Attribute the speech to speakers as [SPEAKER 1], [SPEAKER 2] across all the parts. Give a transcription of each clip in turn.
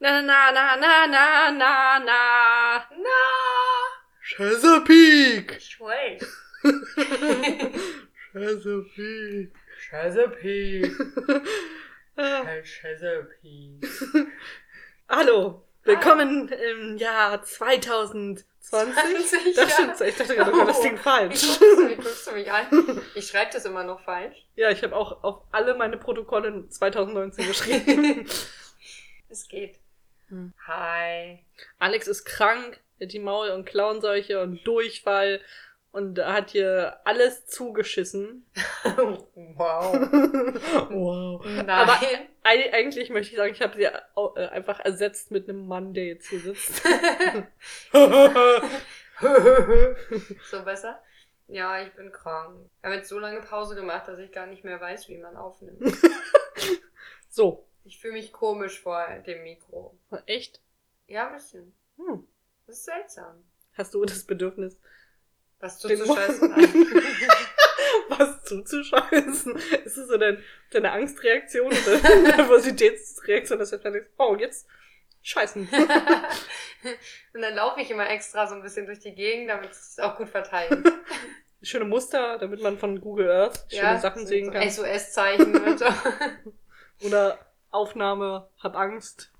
[SPEAKER 1] Na, na, na, na, na, na, na.
[SPEAKER 2] Na,
[SPEAKER 3] Chesapeake!
[SPEAKER 2] ich weiß.
[SPEAKER 3] Chesapeake!
[SPEAKER 2] Chesapeake.
[SPEAKER 1] Äh,
[SPEAKER 2] Herr Chesapeake.
[SPEAKER 1] Hallo, willkommen im Jahr 2020.
[SPEAKER 2] 20,
[SPEAKER 1] Das
[SPEAKER 2] ja.
[SPEAKER 1] stimmt, ich dachte gerade, oh. das Ding
[SPEAKER 2] Wie
[SPEAKER 1] falsch.
[SPEAKER 2] guckst du, wie guckst du mich an? Ich schreibe das immer noch falsch.
[SPEAKER 1] Ja, ich habe auch auf alle meine Protokolle 2019 geschrieben.
[SPEAKER 2] Es geht.
[SPEAKER 1] Hm.
[SPEAKER 2] Hi.
[SPEAKER 1] Alex ist krank, hat die Maul- und Klauenseuche und Durchfall und hat hier alles zugeschissen.
[SPEAKER 2] wow.
[SPEAKER 1] Oh, wow.
[SPEAKER 2] Nein.
[SPEAKER 1] Aber- Eig eigentlich möchte ich sagen, ich habe sie au- äh, einfach ersetzt mit einem Mann, der jetzt hier sitzt.
[SPEAKER 2] so besser? Ja, ich bin krank. Ich habe jetzt so lange Pause gemacht, dass ich gar nicht mehr weiß, wie man aufnimmt.
[SPEAKER 1] so,
[SPEAKER 2] Ich fühle mich komisch vor dem Mikro.
[SPEAKER 1] echt?
[SPEAKER 2] Ja, ein bisschen.
[SPEAKER 1] Hm.
[SPEAKER 2] Das ist seltsam.
[SPEAKER 1] Hast du das Bedürfnis,
[SPEAKER 2] Was
[SPEAKER 1] Den
[SPEAKER 2] zuzuscheißen
[SPEAKER 1] Mund.
[SPEAKER 2] an.
[SPEAKER 1] was zuzuscheißen? Ist das so dein, deine Angstreaktion oder deine Nervositätsreaktion, dass du dann denkst, oh, jetzt scheißen.
[SPEAKER 2] Und dann laufe ich immer extra so ein bisschen durch die Gegend, damit es auch gut verteilt.
[SPEAKER 1] Schöne Muster, damit man von Google Earth schöne Sachen
[SPEAKER 2] so-
[SPEAKER 1] sehen
[SPEAKER 2] so
[SPEAKER 1] kann.
[SPEAKER 2] SOS-Zeichen und so.
[SPEAKER 1] Oder Aufnahme, hab Angst.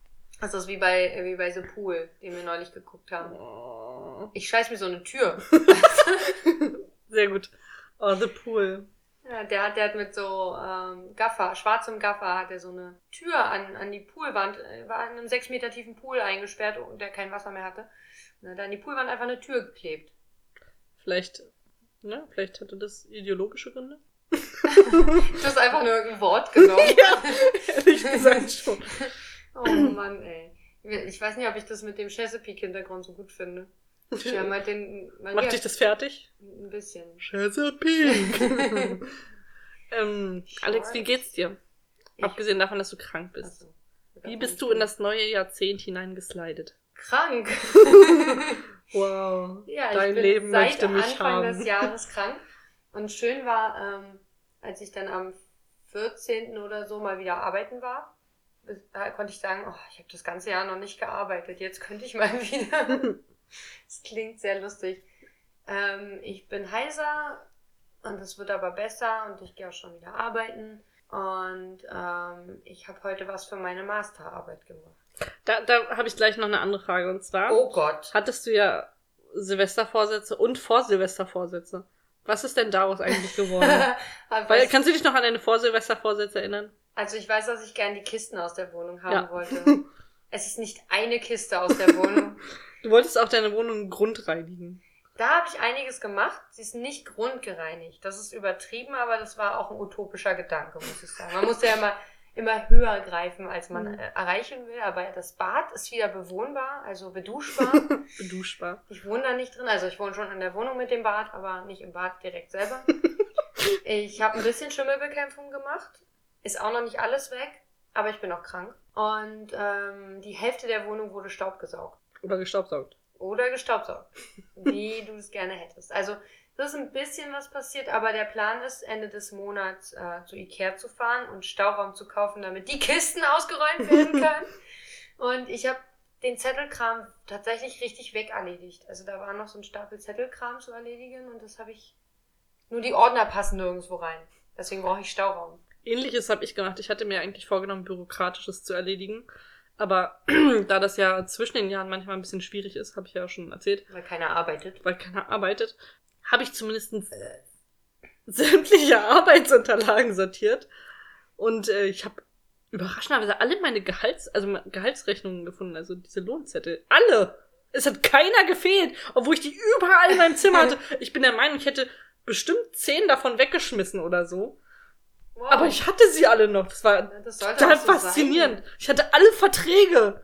[SPEAKER 2] Das ist wie bei, wie bei so Pool, den wir neulich geguckt haben.
[SPEAKER 1] Oh.
[SPEAKER 2] Ich scheiß mir so eine Tür.
[SPEAKER 1] Sehr gut. Oh, The Pool.
[SPEAKER 2] Ja, der hat, der hat mit so ähm, Gaffer, schwarzem Gaffer, hat er so eine Tür an, an die Poolwand, äh, war in einem sechs Meter tiefen Pool eingesperrt, und der kein Wasser mehr hatte. Und hat an die Poolwand einfach eine Tür geklebt.
[SPEAKER 1] Vielleicht, ne, vielleicht hatte das ideologische Gründe.
[SPEAKER 2] Du hast einfach nur irgendein Wort genommen.
[SPEAKER 1] Ehrlich gesagt schon.
[SPEAKER 2] Oh Mann, ey. Ich weiß nicht, ob ich das mit dem Chesapeake-Hintergrund so gut finde. Wir haben halt den. Man
[SPEAKER 1] Macht dich das fertig?
[SPEAKER 2] Ein bisschen.
[SPEAKER 3] Chesapeake!
[SPEAKER 1] Ähm, Alex, wie geht's dir?
[SPEAKER 2] Ich-
[SPEAKER 1] Abgesehen davon, dass du krank bist.
[SPEAKER 2] Achso.
[SPEAKER 1] Wie bist du in Also, das neue Jahrzehnt hineingeslidet?
[SPEAKER 2] Krank?
[SPEAKER 1] Wow.
[SPEAKER 2] ja,
[SPEAKER 1] Dein
[SPEAKER 2] ich bin
[SPEAKER 1] Leben
[SPEAKER 2] seit
[SPEAKER 1] möchte mich
[SPEAKER 2] Anfang
[SPEAKER 1] haben.
[SPEAKER 2] des Jahres krank. Und schön war, ähm, als ich dann am 14. oder so mal wieder arbeiten war, bis- da konnte ich sagen, oh, ich habe das ganze Jahr noch nicht gearbeitet. Jetzt könnte ich mal wieder. Das klingt sehr lustig. Ähm, ich bin heiser und es wird aber besser und ich gehe auch schon wieder arbeiten. Und ähm, ich habe heute was für meine Masterarbeit gemacht.
[SPEAKER 1] Da, da habe ich gleich noch eine andere Frage. Und zwar,
[SPEAKER 2] Oh Gott.
[SPEAKER 1] hattest du ja Silvestervorsätze und Vorsilvestervorsätze. Was ist denn daraus eigentlich geworden?
[SPEAKER 2] Aber
[SPEAKER 1] Weil,
[SPEAKER 2] was-
[SPEAKER 1] kannst du dich noch an deine Vorsilvestervorsätze erinnern?
[SPEAKER 2] also ich weiß, dass ich gerne die Kisten aus der Wohnung haben
[SPEAKER 1] Ja.
[SPEAKER 2] wollte. Es ist nicht eine Kiste aus der Wohnung.
[SPEAKER 1] Du wolltest auch deine Wohnung grundreinigen.
[SPEAKER 2] Da habe ich einiges gemacht. Sie ist nicht grundgereinigt. Das ist übertrieben, aber das war auch ein utopischer Gedanke, muss ich sagen. Man muss ja immer, immer höher greifen, als man
[SPEAKER 1] Mhm.
[SPEAKER 2] äh, erreichen will. Aber das Bad ist wieder bewohnbar, also beduschbar.
[SPEAKER 1] Beduschbar.
[SPEAKER 2] Ich wohne da nicht drin. Also ich wohne schon in der Wohnung mit dem Bad, aber nicht im Bad direkt selber. ich habe ein bisschen Schimmelbekämpfung gemacht. Ist auch noch nicht alles weg, aber ich bin auch krank. Und ähm, die Hälfte der Wohnung wurde staubgesaugt.
[SPEAKER 1] Oder gestaubsaugt.
[SPEAKER 2] Oder gestaubsaugt. Wie du es gerne hättest. Also das ist ein bisschen was passiert, aber der Plan ist, Ende des Monats äh, zu Ikea zu fahren und Stauraum zu kaufen, damit die Kisten ausgeräumt werden können. Und ich habe den Zettelkram tatsächlich richtig weg erledigt. Also da war noch so ein Stapel Zettelkram zu erledigen und das habe ich. Nur die Ordner passen nirgendwo rein. Deswegen brauche ich Stauraum.
[SPEAKER 1] Ähnliches habe ich gemacht. Ich hatte mir eigentlich vorgenommen, Bürokratisches zu erledigen. Aber da das ja zwischen den Jahren manchmal ein bisschen schwierig ist, habe ich ja schon erzählt,
[SPEAKER 2] Weil keiner arbeitet.
[SPEAKER 1] weil keiner arbeitet, habe ich zumindest äh, sämtliche Arbeitsunterlagen sortiert. Und äh, ich habe überraschenderweise alle meine Gehalts, also meine Gehaltsrechnungen gefunden, also diese Lohnzettel. Alle! Es hat keiner gefehlt, obwohl ich die überall in meinem Zimmer hatte. Ich bin der Meinung, ich hätte bestimmt zehn davon weggeschmissen oder so.
[SPEAKER 2] Wow.
[SPEAKER 1] Aber ich hatte sie alle noch. Das war
[SPEAKER 2] Ja, das Oh. sollte
[SPEAKER 1] total
[SPEAKER 2] auch so
[SPEAKER 1] faszinierend. Ich hatte alle Verträge.
[SPEAKER 2] Sein.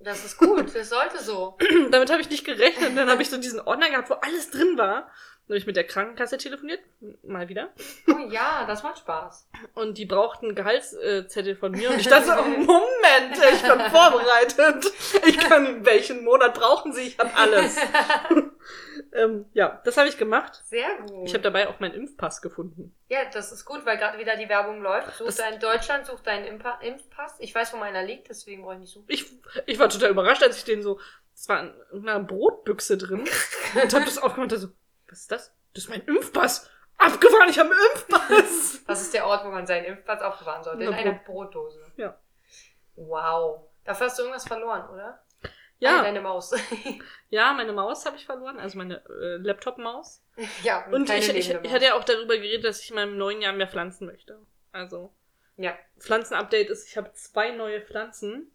[SPEAKER 2] Das ist gut, das sollte so.
[SPEAKER 1] Damit habe ich nicht gerechnet. Und dann habe ich so diesen Ordner gehabt, wo alles drin war. Dann habe ich mit der Krankenkasse telefoniert, mal wieder.
[SPEAKER 2] Oh ja, das macht Spaß.
[SPEAKER 1] Und die brauchten einen Gehaltszettel von mir. Und ich dachte, so, Moment, ich bin vorbereitet. Ich kann, welchen Monat brauchen sie? Ich habe alles. ähm, ja, das habe ich gemacht.
[SPEAKER 2] Sehr gut.
[SPEAKER 1] Ich habe dabei auch meinen Impfpass gefunden.
[SPEAKER 2] ja, das ist gut, weil gerade wieder die Werbung läuft. Such
[SPEAKER 1] Das-
[SPEAKER 2] dein Deutschland, such deinen Impa Impfpass. Ich weiß, wo meiner liegt, deswegen brauche ich nicht suchen.
[SPEAKER 1] Ich, ich war total überrascht, als ich den so... Es war in einer Brotbüchse drin. Und habe das aufgemacht und so, was ist das? Das ist mein Impfpass. Abgefahren, ich habe einen Impfpass.
[SPEAKER 2] Das ist der Ort, wo man seinen Impfpass aufbewahren sollte. In
[SPEAKER 1] Na,
[SPEAKER 2] einer Brotdose.
[SPEAKER 1] Ja.
[SPEAKER 2] Wow. Dafür hast du irgendwas verloren, oder? Ah,
[SPEAKER 1] Ja,
[SPEAKER 2] Deine Maus.
[SPEAKER 1] ja, meine Maus habe ich verloren, also meine äh, Laptop-Maus.
[SPEAKER 2] ja,
[SPEAKER 1] Und
[SPEAKER 2] keine
[SPEAKER 1] ich, ich,
[SPEAKER 2] lebende
[SPEAKER 1] ich
[SPEAKER 2] Maus.
[SPEAKER 1] hatte ja auch darüber geredet, dass ich in meinem neuen Jahr mehr pflanzen möchte. Also,
[SPEAKER 2] Ja.
[SPEAKER 1] Pflanzenupdate ist, ich habe zwei neue Pflanzen.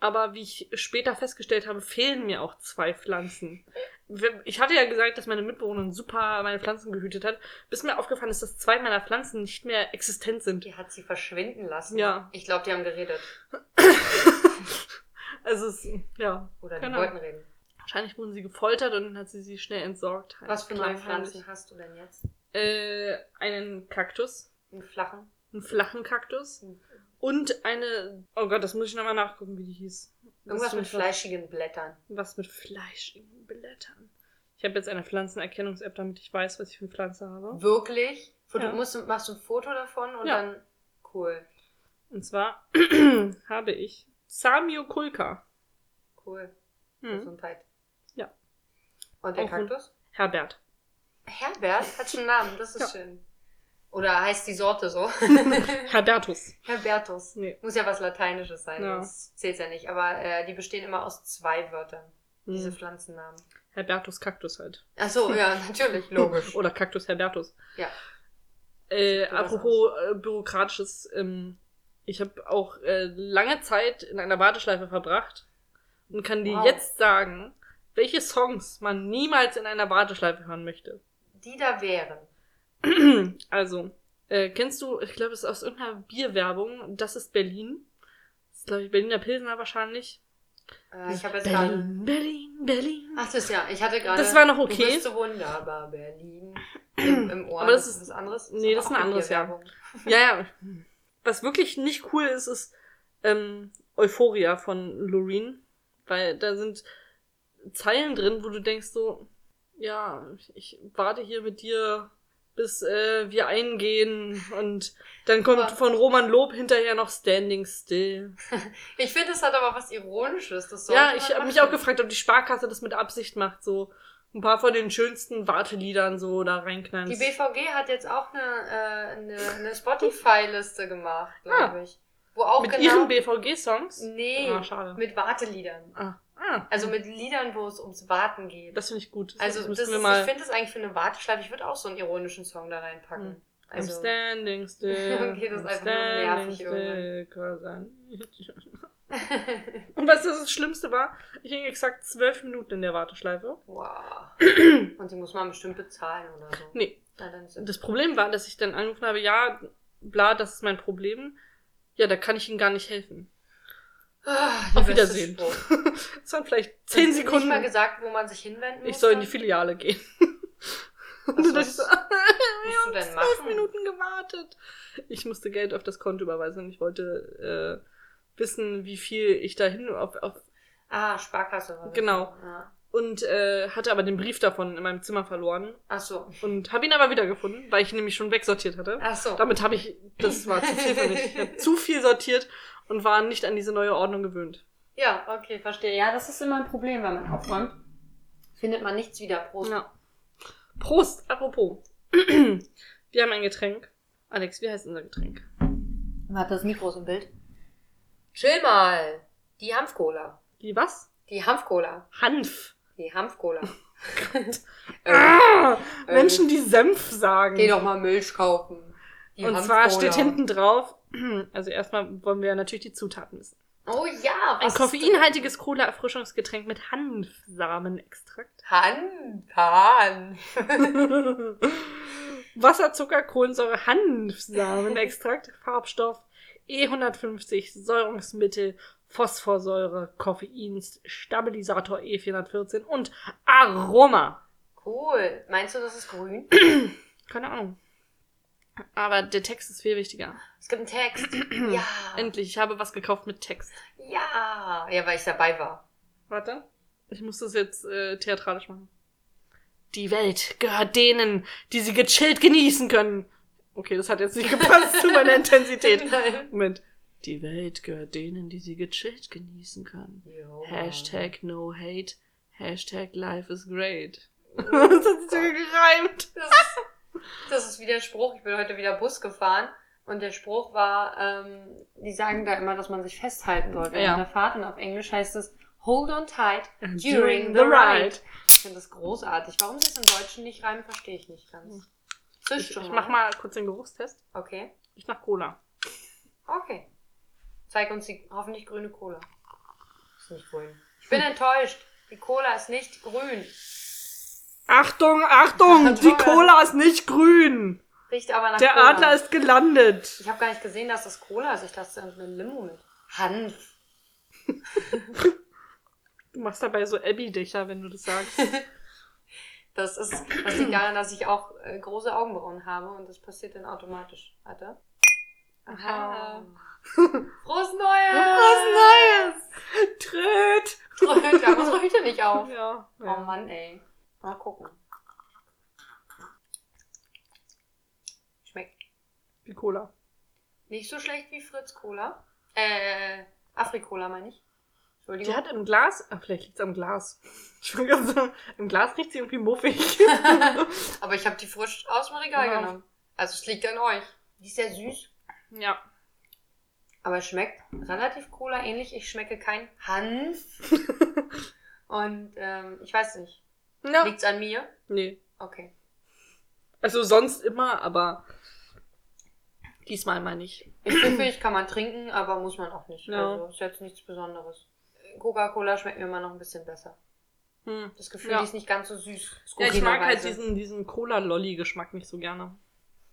[SPEAKER 1] Aber wie ich später festgestellt habe, fehlen mir auch zwei Pflanzen. Wir- Ich hatte ja gesagt, dass meine Mitbewohnerin super meine Pflanzen gehütet hat, bis mir aufgefallen ist, dass zwei meiner Pflanzen nicht mehr existent sind.
[SPEAKER 2] Die hat sie verschwinden lassen.
[SPEAKER 1] Ja.
[SPEAKER 2] Ich glaube, die haben geredet.
[SPEAKER 1] Also, es, ja,
[SPEAKER 2] Oder
[SPEAKER 1] Keine
[SPEAKER 2] die wollten reden.
[SPEAKER 1] wahrscheinlich wurden sie gefoltert und dann hat sie sie schnell entsorgt. Halt.
[SPEAKER 2] Was für neue
[SPEAKER 1] Klein-
[SPEAKER 2] Pflanzen hast du denn jetzt?
[SPEAKER 1] Äh, einen Kaktus,
[SPEAKER 2] Einen flachen?
[SPEAKER 1] einen flachen Kaktus
[SPEAKER 2] Mhm.
[SPEAKER 1] und eine, oh Gott, das muss ich nochmal nachgucken, wie die hieß.
[SPEAKER 2] Irgendwas
[SPEAKER 1] Das
[SPEAKER 2] mit
[SPEAKER 1] ist-
[SPEAKER 2] fleischigen Blättern.
[SPEAKER 1] was mit fleischigen Blättern. Ich habe jetzt eine Pflanzenerkennungs-App, damit ich weiß, was ich für eine Pflanze habe.
[SPEAKER 2] Wirklich? Foto,
[SPEAKER 1] Ja.
[SPEAKER 2] musst, du- machst du ein Foto davon und
[SPEAKER 1] Ja.
[SPEAKER 2] dann. Cool,
[SPEAKER 1] Und zwar habe ich Samioculca.
[SPEAKER 2] cool.
[SPEAKER 1] Hm.
[SPEAKER 2] Gesundheit.
[SPEAKER 1] Ja.
[SPEAKER 2] Und der
[SPEAKER 1] Auch ein-
[SPEAKER 2] Kaktus?
[SPEAKER 1] Herbert.
[SPEAKER 2] Herbert hat schon einen Namen, das ist
[SPEAKER 1] Ja.
[SPEAKER 2] schön. Oder heißt die Sorte so?
[SPEAKER 1] Herbertus.
[SPEAKER 2] Herbertus.
[SPEAKER 1] Nee.
[SPEAKER 2] Muss ja was Lateinisches sein,
[SPEAKER 1] Ja.
[SPEAKER 2] sonst zählt's ja nicht. Aber äh, die bestehen immer aus zwei Wörtern, diese
[SPEAKER 1] Hm.
[SPEAKER 2] Pflanzennamen.
[SPEAKER 1] Herbertus Cactus halt.
[SPEAKER 2] Ach so, ja, natürlich, logisch.
[SPEAKER 1] Oder Cactus Herbertus.
[SPEAKER 2] Ja.
[SPEAKER 1] Äh,
[SPEAKER 2] Sieht gut aus.
[SPEAKER 1] apropos äh, bürokratisches, ähm, ich habe auch äh, lange Zeit in einer Warteschleife verbracht und kann dir
[SPEAKER 2] Wow.
[SPEAKER 1] jetzt sagen, welche Songs man niemals in einer Warteschleife hören möchte.
[SPEAKER 2] Die da wären.
[SPEAKER 1] Also, äh, kennst du, ich glaube, es ist aus irgendeiner Bierwerbung, das ist Berlin. Das ist, glaube ich, Berliner Pilsner wahrscheinlich.
[SPEAKER 2] Äh, ich habe jetzt gerade.
[SPEAKER 1] Berlin, Berlin, Berlin.
[SPEAKER 2] Ach, das ist ja, ich hatte gerade.
[SPEAKER 1] Das war noch
[SPEAKER 2] Du
[SPEAKER 1] okay.
[SPEAKER 2] bist so wunderbar, Berlin. Im, im Ohr.
[SPEAKER 1] Aber das
[SPEAKER 2] was anderes?
[SPEAKER 1] nee, das ist
[SPEAKER 2] auch
[SPEAKER 1] ein anderes, ja.
[SPEAKER 2] Bierwerbung.
[SPEAKER 1] Ja, ja. Was wirklich nicht cool ist, ist ähm, Euphoria von Loreen. Weil da sind Zeilen drin, wo du denkst so, ja, ich warte hier mit dir, bis äh, wir eingehen. Und dann kommt
[SPEAKER 2] Aber-
[SPEAKER 1] von Roman Lob hinterher noch Standing Still.
[SPEAKER 2] Ich finde, es hat aber was Ironisches. Das sollte
[SPEAKER 1] Ja,
[SPEAKER 2] man
[SPEAKER 1] ich habe mich
[SPEAKER 2] machen.
[SPEAKER 1] auch gefragt, ob die Sparkasse das mit Absicht macht, so ein paar von den schönsten Warteliedern so da reinknallen.
[SPEAKER 2] Die BVG hat jetzt auch eine, äh, eine, eine Spotify-Liste gemacht, glaube ich. Wo auch
[SPEAKER 1] Ah. mit
[SPEAKER 2] genau.
[SPEAKER 1] ihren BVG-Songs?
[SPEAKER 2] nee,
[SPEAKER 1] Ah, schade.
[SPEAKER 2] mit Warteliedern.
[SPEAKER 1] Ah, ah.
[SPEAKER 2] Also mit Liedern, wo es ums Warten geht.
[SPEAKER 1] das finde ich gut. Das
[SPEAKER 2] also das
[SPEAKER 1] müssen
[SPEAKER 2] ist,
[SPEAKER 1] wir
[SPEAKER 2] ich
[SPEAKER 1] mal.
[SPEAKER 2] finde das eigentlich für eine Warteschleife. Ich würde auch so einen ironischen Song da reinpacken.
[SPEAKER 1] Hm. I'm
[SPEAKER 2] Also,
[SPEAKER 1] standing still.
[SPEAKER 2] Okay, das ist
[SPEAKER 1] I'm
[SPEAKER 2] einfach nur nervig
[SPEAKER 1] still, 'cause I'm- Und weißt du, was das Schlimmste war? Ich hing exakt zwölf Minuten in der Warteschleife.
[SPEAKER 2] wow. Und die muss man bestimmt bezahlen oder so.
[SPEAKER 1] Nee,
[SPEAKER 2] Na, dann ist
[SPEAKER 1] Das Problem war, dass ich dann angerufen habe, ja, bla, das ist mein Problem. Ja, da kann ich Ihnen gar nicht helfen.
[SPEAKER 2] Ah,
[SPEAKER 1] Auf
[SPEAKER 2] der beste
[SPEAKER 1] Wiedersehen.
[SPEAKER 2] Spruch.
[SPEAKER 1] Das waren vielleicht zehn
[SPEAKER 2] Hast du Nicht mal
[SPEAKER 1] Sekunden.
[SPEAKER 2] gesagt, wo man sich hinwenden muss.
[SPEAKER 1] Ich soll in
[SPEAKER 2] dann?
[SPEAKER 1] die Filiale gehen.
[SPEAKER 2] Was
[SPEAKER 1] Und dann ich
[SPEAKER 2] musst,
[SPEAKER 1] so,
[SPEAKER 2] musst du denn
[SPEAKER 1] zwölf
[SPEAKER 2] machen?
[SPEAKER 1] Minuten gewartet. Ich musste Geld auf das Konto überweisen und ich wollte äh, wissen, wie viel ich dahin auf, auf
[SPEAKER 2] Ah, Sparkasse war das.
[SPEAKER 1] Genau.
[SPEAKER 2] Ja.
[SPEAKER 1] und äh, hatte aber den Brief davon in meinem Zimmer verloren
[SPEAKER 2] Ach so.
[SPEAKER 1] und habe ihn aber wiedergefunden, weil ich ihn nämlich schon wegsortiert hatte.
[SPEAKER 2] Ach so.
[SPEAKER 1] Damit habe ich, das war zu viel für mich. Ich habe zu viel sortiert und war nicht an diese neue Ordnung gewöhnt.
[SPEAKER 2] Ja, okay, verstehe. Ja, das ist immer ein Problem, wenn man aufräumt. Findet man nichts wieder. Prost.
[SPEAKER 1] Ja. Prost, apropos. Wir haben ein Getränk. Alex, wie heißt unser Getränk?
[SPEAKER 2] Warte, das Mikro ist im Bild. Chill mal. Die Hanfcola.
[SPEAKER 1] Die was?
[SPEAKER 2] Die Hanfcola.
[SPEAKER 1] Hanf.
[SPEAKER 2] Die Hanfcola. äh,
[SPEAKER 1] Ah,
[SPEAKER 2] äh,
[SPEAKER 1] Menschen, die Senf sagen.
[SPEAKER 2] geh doch mal Milch kaufen. Die
[SPEAKER 1] und zwar
[SPEAKER 2] Hanfcola.
[SPEAKER 1] steht hinten drauf, also erstmal wollen wir natürlich die Zutaten wissen.
[SPEAKER 2] Oh ja,
[SPEAKER 1] Ein
[SPEAKER 2] was?
[SPEAKER 1] koffeinhaltiges Cola-Erfrischungsgetränk mit Hanfsamenextrakt.
[SPEAKER 2] Hanf. Han.
[SPEAKER 1] Wasser, Zucker, Kohlensäure, Hanfsamenextrakt, Farbstoff, E150, Säurungsmittel, Phosphorsäure, Koffein, Stabilisator E414 und E Aroma.
[SPEAKER 2] Cool. Meinst du, das ist grün?
[SPEAKER 1] Keine Ahnung. Aber der Text ist viel wichtiger.
[SPEAKER 2] Es gibt einen Text. ja.
[SPEAKER 1] Endlich, ich habe was gekauft mit Text.
[SPEAKER 2] Ja. Ja, weil ich dabei war.
[SPEAKER 1] Warte. Ich muss das jetzt äh, theatralisch machen. Die Welt gehört denen, die sie gechillt genießen können. Okay, das hat jetzt nicht gepasst zu meiner Intensität.
[SPEAKER 2] Nein.
[SPEAKER 1] Moment. Die Welt gehört denen, die sie gechillt genießen können.
[SPEAKER 2] Jo.
[SPEAKER 1] Hashtag no hate. Hashtag life is great. das hat sich gereimt.
[SPEAKER 2] Das ist, das ist wie der Spruch. Ich bin heute wieder Bus gefahren. Und der Spruch war, ähm, die sagen da immer, dass man sich festhalten sollte
[SPEAKER 1] Ja.
[SPEAKER 2] in der Fahrt. Und auf Englisch heißt es Hold on tight
[SPEAKER 1] And
[SPEAKER 2] during the ride. Ich finde das großartig. Warum sie es im Deutschen nicht reimen, verstehe ich nicht ganz. Zischt
[SPEAKER 1] Hm. Ich,
[SPEAKER 2] schon
[SPEAKER 1] ich mach mal kurz den Geruchstest.
[SPEAKER 2] Okay.
[SPEAKER 1] Ich nach Cola.
[SPEAKER 2] Okay. Zeig uns die hoffentlich grüne Cola. Ist nicht grün. Ich bin enttäuscht. Die Cola ist nicht grün.
[SPEAKER 1] Achtung, Achtung!
[SPEAKER 2] Toll.
[SPEAKER 1] Die Cola ist nicht grün!
[SPEAKER 2] Riecht aber nach
[SPEAKER 1] Der
[SPEAKER 2] Cola.
[SPEAKER 1] Adler ist gelandet.
[SPEAKER 2] Ich habe gar nicht gesehen, dass das Cola ist. Ich dachte, es ist eine Limo mit. Hanf.
[SPEAKER 1] Du machst dabei so Abby-Dächer, wenn du das sagst.
[SPEAKER 2] Das ist, das liegt daran, dass ich auch äh, große Augenbrauen habe und das passiert dann automatisch. Warte. Aha. Frohes Neues!
[SPEAKER 1] Was Neues! Tritt!
[SPEAKER 2] Frohes Neues! Da muss heute nicht auf.
[SPEAKER 1] Ja.
[SPEAKER 2] Oh
[SPEAKER 1] ja.
[SPEAKER 2] Mann, ey. Mal gucken. Schmeckt
[SPEAKER 1] Die Cola.
[SPEAKER 2] nicht so schlecht wie Fritz Cola. Äh, Afri-Cola meine ich.
[SPEAKER 1] Die
[SPEAKER 2] Entschuldigung.
[SPEAKER 1] hat im Glas, ah, vielleicht liegt's am Glas. Ich wollte gerade sagen, im Glas riecht sie irgendwie muffig.
[SPEAKER 2] Aber ich habe die frisch aus dem Regal
[SPEAKER 1] Ja.
[SPEAKER 2] genommen. Also es liegt an euch. Die ist sehr süß,
[SPEAKER 1] ja.
[SPEAKER 2] aber schmeckt relativ Cola ähnlich. Ich schmecke kein Hanf. Und ähm, ich weiß nicht.
[SPEAKER 1] Ja.
[SPEAKER 2] Liegt's an mir?
[SPEAKER 1] Nee.
[SPEAKER 2] Okay.
[SPEAKER 1] Also sonst immer, aber diesmal mal nicht.
[SPEAKER 2] Ich finde, ich kann man trinken, aber muss man auch nicht.
[SPEAKER 1] Ja.
[SPEAKER 2] Also ist jetzt nichts Besonderes. Coca-Cola schmeckt mir immer noch ein bisschen besser.
[SPEAKER 1] Hm.
[SPEAKER 2] Das Gefühl,
[SPEAKER 1] Ja.
[SPEAKER 2] die ist nicht ganz so süß.
[SPEAKER 1] Ja, ich mag halt
[SPEAKER 2] skurrilerweise.
[SPEAKER 1] diesen, diesen Cola-Lolli-Geschmack nicht so gerne.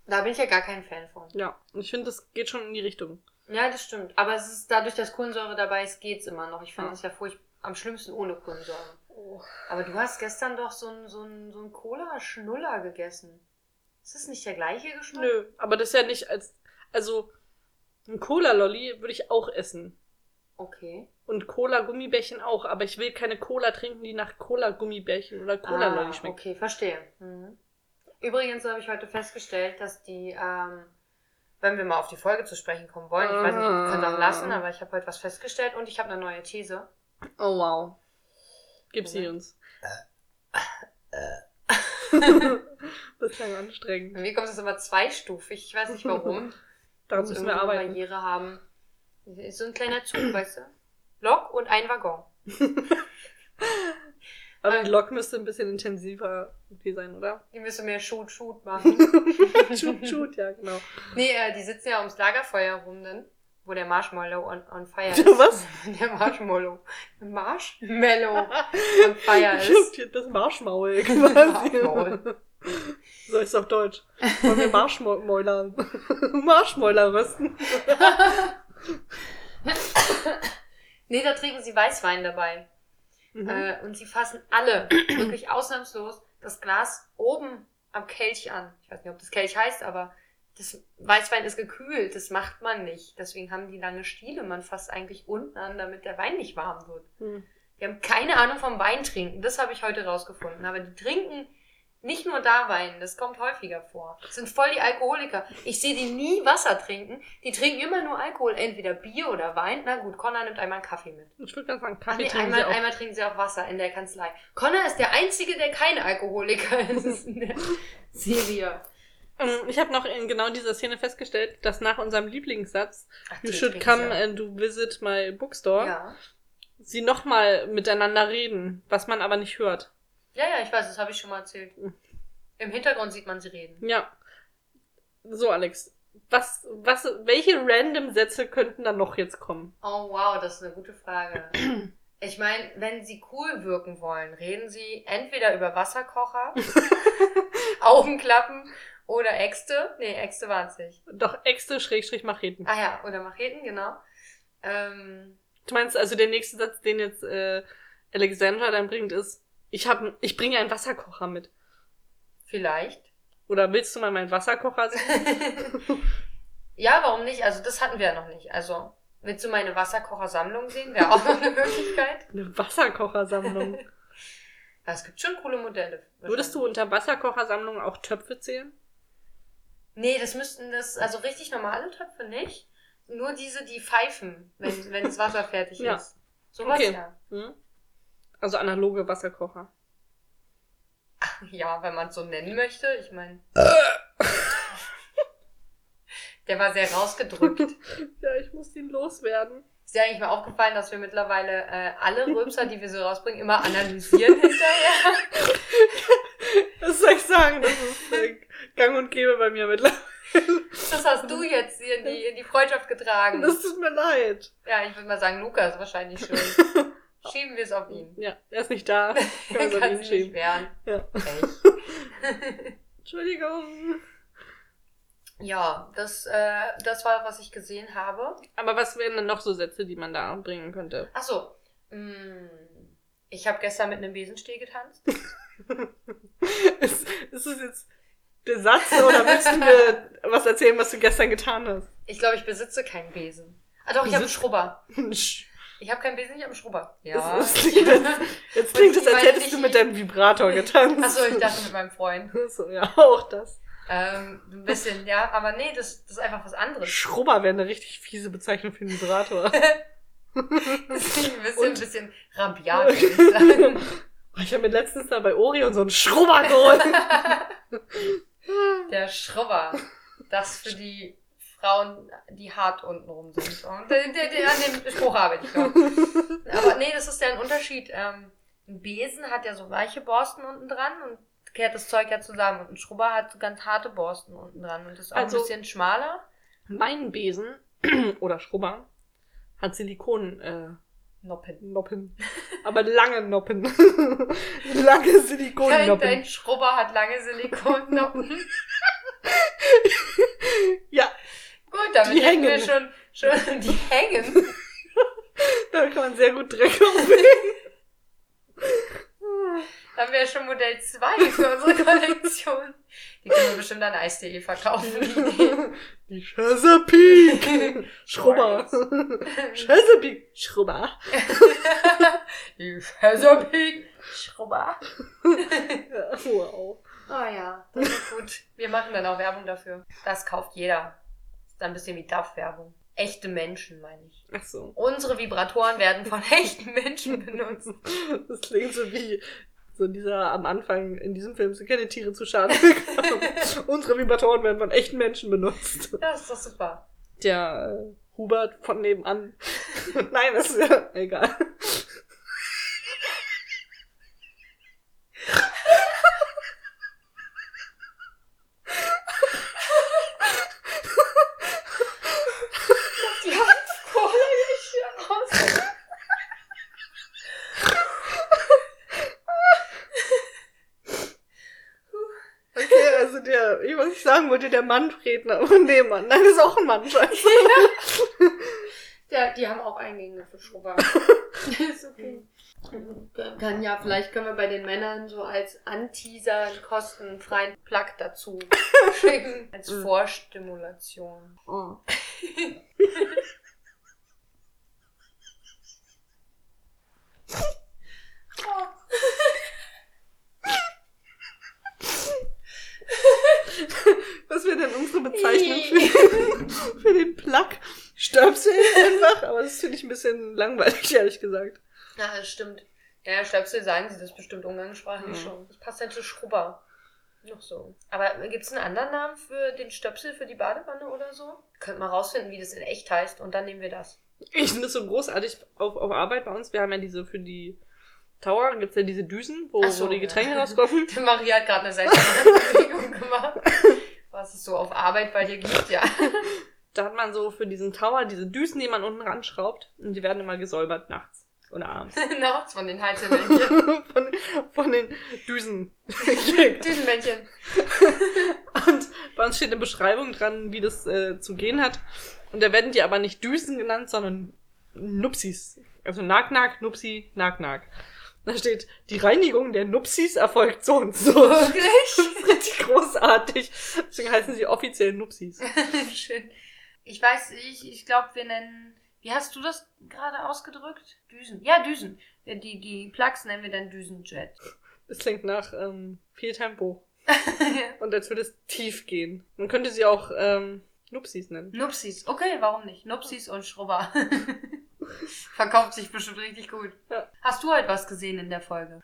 [SPEAKER 2] Da bin ich ja gar kein Fan von.
[SPEAKER 1] Ja, und ich finde, das geht schon in die Richtung.
[SPEAKER 2] Ja, das stimmt. Aber es ist dadurch, dass Kohlensäure dabei ist, geht's immer noch. Ich fand
[SPEAKER 1] Ja.
[SPEAKER 2] das ja furcht am schlimmsten ohne Kohlensäure.
[SPEAKER 1] Oh.
[SPEAKER 2] Aber du hast gestern doch so einen so einen- so einen Cola-Schnuller gegessen. Ist das nicht der gleiche Geschmack?
[SPEAKER 1] Nö, aber das ist ja nicht als. Also, ein Cola-Lolli würde ich auch essen.
[SPEAKER 2] Okay.
[SPEAKER 1] Und Cola-Gummibärchen auch, aber ich will keine Cola trinken, die nach Cola-Gummibärchen oder Cola-Lolli
[SPEAKER 2] Ah,
[SPEAKER 1] schmeckt.
[SPEAKER 2] Okay, verstehe. Mhm. Übrigens habe ich heute festgestellt, dass die, ähm, wenn wir mal auf die Folge zu sprechen kommen wollen, ich weiß nicht, wir können
[SPEAKER 1] Ah.
[SPEAKER 2] auch lassen, aber ich habe heute was festgestellt und ich habe eine neue These.
[SPEAKER 1] Oh wow. Gib sie
[SPEAKER 2] Moment. Äh,
[SPEAKER 1] uns. das klang anstrengend.
[SPEAKER 2] Bei mir kommt es immer zweistufig, ich weiß nicht warum.
[SPEAKER 1] Da
[SPEAKER 2] Muss
[SPEAKER 1] müssen
[SPEAKER 2] irgendwie
[SPEAKER 1] wir
[SPEAKER 2] eine
[SPEAKER 1] arbeiten.
[SPEAKER 2] Barriere haben. Ist so ein kleiner Zug, weißt du? Lok und ein Waggon. Ah.
[SPEAKER 1] Aber die Lok müsste ein bisschen intensiver irgendwie sein, oder?
[SPEAKER 2] Die müssen mehr Shoot, Shoot machen.
[SPEAKER 1] Shoot, shoot, ja, genau.
[SPEAKER 2] nee, äh, die sitzen ja ums Lagerfeuer rum dann, wo der Marshmallow on, on fire ist.
[SPEAKER 1] Was?
[SPEAKER 2] Der Marshmallow. Marshmallow on fire ist.
[SPEAKER 1] Shoot, das Marschmaul
[SPEAKER 2] Marschmaul.
[SPEAKER 1] quasi. so ist auf Deutsch. Wollen wir Marschmäuler, Marschmäuler rösten?
[SPEAKER 2] Nee, da trinken sie Weißwein dabei.
[SPEAKER 1] Mhm.
[SPEAKER 2] Äh, und sie fassen alle, wirklich ausnahmslos, das Glas oben am Kelch an. Ich weiß nicht, ob das Kelch heißt, aber das Weißwein ist gekühlt, das macht man nicht. Deswegen haben die lange Stiele, man fasst eigentlich unten an, damit der Wein nicht warm wird.
[SPEAKER 1] Hm.
[SPEAKER 2] Die haben keine Ahnung vom Wein trinken, das habe ich heute rausgefunden. Aber die trinken nicht nur da Wein, das kommt häufiger vor. Das sind voll die Alkoholiker. Ich sehe die nie Wasser trinken, die trinken immer nur Alkohol, entweder Bier oder Wein. Na gut, Connor nimmt einmal einen Kaffee mit.
[SPEAKER 1] Ich würde ganz sagen,
[SPEAKER 2] Ach
[SPEAKER 1] Kaffee
[SPEAKER 2] nee,
[SPEAKER 1] trinken
[SPEAKER 2] einmal,
[SPEAKER 1] sie auch.
[SPEAKER 2] einmal trinken sie auch Wasser in der Kanzlei. Connor ist der Einzige, der kein Alkoholiker ist in der Serie.
[SPEAKER 1] Ähm, Ich habe noch in genau dieser Szene festgestellt, dass nach unserem Lieblingssatz
[SPEAKER 2] Ach,
[SPEAKER 1] You
[SPEAKER 2] die
[SPEAKER 1] should
[SPEAKER 2] trinken
[SPEAKER 1] come
[SPEAKER 2] sie
[SPEAKER 1] and do visit my
[SPEAKER 2] auch.
[SPEAKER 1] bookstore.
[SPEAKER 2] Ja.
[SPEAKER 1] Sie nochmal miteinander reden, was man aber nicht hört.
[SPEAKER 2] ja, ja, ich weiß, das habe ich schon mal erzählt.
[SPEAKER 1] Hm.
[SPEAKER 2] Im Hintergrund sieht man sie reden.
[SPEAKER 1] Ja. So, Alex. Was, was, welche random Sätze könnten dann noch jetzt kommen?
[SPEAKER 2] Oh wow, das ist eine gute Frage. Ich meine, wenn sie cool wirken wollen, reden sie entweder über Wasserkocher, Augenklappen oder Äxte. Nee, Äxte waren es nicht.
[SPEAKER 1] Doch, Äxte, Schrägstrich, Macheten.
[SPEAKER 2] Ah ja, oder Macheten, genau. Ähm,
[SPEAKER 1] Du meinst also, der nächste Satz, den jetzt äh, Alexandra dann bringt, ist, ich, hab, ich bringe einen Wasserkocher mit.
[SPEAKER 2] Vielleicht.
[SPEAKER 1] Oder willst du mal meinen Wasserkocher sehen?
[SPEAKER 2] ja, warum nicht? Also das hatten wir ja noch nicht. Also willst du meine Wasserkochersammlung sehen? Wäre auch noch eine Möglichkeit.
[SPEAKER 1] Eine Wasserkochersammlung.
[SPEAKER 2] Ja, es gibt schon coole Modelle.
[SPEAKER 1] Würdest du unter Wasserkochersammlung auch Töpfe zählen?
[SPEAKER 2] Nee, das müssten das, also richtig normale Töpfe nicht. Nur diese, die pfeifen, wenn, wenn das Wasser fertig
[SPEAKER 1] Ja.
[SPEAKER 2] ist. Sowas
[SPEAKER 1] Okay.
[SPEAKER 2] ja.
[SPEAKER 1] Hm? Also analoge Wasserkocher.
[SPEAKER 2] Ja, wenn man es so nennen möchte. Ich meine. Der war sehr rausgedrückt.
[SPEAKER 1] Ja, ich muss ihn loswerden.
[SPEAKER 2] Ist dir eigentlich mal aufgefallen, dass wir mittlerweile äh, alle Rülpser, die wir so rausbringen, immer analysieren hinterher?
[SPEAKER 1] Was soll ich sagen? Das ist äh, gang und gäbe bei mir mittlerweile.
[SPEAKER 2] Das hast du jetzt hier in die, in die Freundschaft getragen.
[SPEAKER 1] Das tut mir leid.
[SPEAKER 2] ja, ich würde mal sagen, Lukas wahrscheinlich schuld. Schieben wir es auf ihn.
[SPEAKER 1] Ja, er ist nicht da. Kann man
[SPEAKER 2] Kannst
[SPEAKER 1] so
[SPEAKER 2] du
[SPEAKER 1] nicht
[SPEAKER 2] nicht
[SPEAKER 1] schieben.
[SPEAKER 2] wehren.
[SPEAKER 1] Ja.
[SPEAKER 2] Echt.
[SPEAKER 1] Entschuldigung.
[SPEAKER 2] Ja, das, äh, das war, was ich gesehen habe.
[SPEAKER 1] Aber was wären denn noch so Sätze, die man da anbringen könnte?
[SPEAKER 2] Ach so. Mm, ich habe gestern mit einem Besenstiel getanzt.
[SPEAKER 1] ist, ist es jetzt der Satz oder willst du mir was erzählen, was du gestern getan hast?
[SPEAKER 2] Ich glaube, ich besitze keinen Besen. Ah doch, ich habe einen
[SPEAKER 1] Besitzt-
[SPEAKER 2] Schrubber.
[SPEAKER 1] Sch-
[SPEAKER 2] Ich habe keinen Besen, ich habe einen Schrubber.
[SPEAKER 1] Das ist- Jetzt klingt es,
[SPEAKER 2] Ich
[SPEAKER 1] als
[SPEAKER 2] meine
[SPEAKER 1] hättest du
[SPEAKER 2] nicht-
[SPEAKER 1] mit deinem Vibrator getanzt.
[SPEAKER 2] Ach so, ich dachte mit meinem Freund.
[SPEAKER 1] So, ja, auch das.
[SPEAKER 2] Ähm, ein bisschen, ja. Aber nee, das, das ist einfach was anderes.
[SPEAKER 1] Schrubber wäre eine richtig fiese Bezeichnung für einen Vibrator.
[SPEAKER 2] Das ist ein bisschen, ein
[SPEAKER 1] Und-
[SPEAKER 2] bisschen rabiat, würde ich sagen.
[SPEAKER 1] Oh, Ich habe mir letztens da bei Orion so einen Schrubber geholt.
[SPEAKER 2] Der Schrubber. Das für die Frauen, die hart unten rum sind. Und der, der, der, an dem Spruch arbeite ich noch. Aber nee, das ist ja ein Unterschied. Ähm, ein Besen hat ja so weiche Borsten unten dran und kehrt das Zeug ja zusammen. Und ein Schrubber hat so ganz harte Borsten unten dran und ist auch
[SPEAKER 1] Also-
[SPEAKER 2] ein bisschen schmaler.
[SPEAKER 1] mein Besen oder Schrubber hat Silikon äh,
[SPEAKER 2] Noppen.
[SPEAKER 1] Noppen. Aber lange Noppen. lange
[SPEAKER 2] Dein,
[SPEAKER 1] Silikonnoppen.
[SPEAKER 2] dein Schrubber hat lange Silikonnoppen.
[SPEAKER 1] Ja,
[SPEAKER 2] Gut, damit
[SPEAKER 1] Die
[SPEAKER 2] hätten wir
[SPEAKER 1] hängen.
[SPEAKER 2] schon, schon die hängen.
[SPEAKER 1] da kann man sehr gut Dreck aufnehmen.
[SPEAKER 2] Dann wäre schon Modell 2 für unsere Kollektion. Die können wir bestimmt an Eis.de verkaufen. die Idee.
[SPEAKER 3] Die Chesapeake.
[SPEAKER 1] Schrubber. Chesapeake. Schrubber.
[SPEAKER 2] Die Featherpeak. Schrubber.
[SPEAKER 1] Ja, Wow.
[SPEAKER 2] Oh ja, das ist gut. Wir machen dann auch Werbung dafür. Das kauft jeder. Ist dann ein bisschen wie DAF-Werbung. Echte Menschen, meine ich.
[SPEAKER 1] Ach so.
[SPEAKER 2] Unsere Vibratoren werden von echten Menschen benutzt.
[SPEAKER 1] Das klingt so wie so dieser am Anfang in diesem Film sind keine Tiere zu Schaden. gekommen. Unsere Vibratoren werden von echten Menschen benutzt.
[SPEAKER 2] Das ist doch super.
[SPEAKER 1] Der äh, Hubert von nebenan. Nein, das ist ja egal.
[SPEAKER 2] Die Handkohle ist hier raus.
[SPEAKER 1] Okay, also der, ich weiß nicht sagen wollte, der Manfred ne, von nebenan. Nein, das ist auch ein Mann, scheiße.
[SPEAKER 2] Ja, die haben auch Eingänge für Schrubber.
[SPEAKER 1] Ist
[SPEAKER 2] okay. Kann ja, vielleicht können wir bei den Männern so als Anteaser einen kostenfreien Plug dazu schicken. Als
[SPEAKER 1] Mhm.
[SPEAKER 2] Vorstimulation.
[SPEAKER 1] Oh. Was wäre denn unsere Bezeichnung für, für den Plug? Stöpsel einfach, aber das finde ich ein bisschen langweilig, ehrlich gesagt.
[SPEAKER 2] Ja, das stimmt. Ja, Stöpsel sagen sie das bestimmt umgangssprachlich
[SPEAKER 1] Mhm.
[SPEAKER 2] schon. Das passt dann zu Schrubber. Noch so. Aber gibt's einen anderen Namen für den Stöpsel für die Badewanne oder so? Könnt mal rausfinden, wie das in echt heißt und dann nehmen wir das.
[SPEAKER 1] Ich finde es so großartig auf, auf Arbeit bei uns. Wir haben ja diese für die Tower, gibt es ja diese Düsen, wo,
[SPEAKER 2] Ach so,
[SPEAKER 1] wo die Getränke
[SPEAKER 2] ja.
[SPEAKER 1] rauskommen.
[SPEAKER 2] Die Marie hat gerade eine Selbstbewegung gemacht. Was es so auf Arbeit bei dir gibt, ja.
[SPEAKER 1] Da hat man so für diesen Tower diese Düsen, die man unten ranschraubt. Und die werden immer gesäubert nachts oder abends.
[SPEAKER 2] Nachts von den Haltemännchen.
[SPEAKER 1] von, von den Düsen.
[SPEAKER 2] Düsenmännchen.
[SPEAKER 1] Und bei uns steht eine Beschreibung dran, wie das äh, zu gehen hat. Und da werden die aber nicht Düsen genannt, sondern Nupsis. Also Nag-Nag, Nupsi, Nag-Nag. Da steht, die Reinigung der Nupsis erfolgt so und so.
[SPEAKER 2] Wirklich?
[SPEAKER 1] Richtig großartig. Deswegen heißen sie offiziell Nupsis.
[SPEAKER 2] Schön. Ich weiß, ich, ich glaube, wir nennen. Wie hast du das gerade ausgedrückt? Düsen. Ja, Düsen. Ja, Die, die Plugs nennen wir dann Düsenjet.
[SPEAKER 1] Das klingt nach ähm, viel Tempo. Und als würde es tief gehen. Man könnte sie auch ähm, Nupsis nennen.
[SPEAKER 2] Nupsis. Okay, warum nicht? Nupsis und Schrubber. Verkauft sich bestimmt richtig gut.
[SPEAKER 1] Ja.
[SPEAKER 2] Hast du heute was gesehen in der Folge?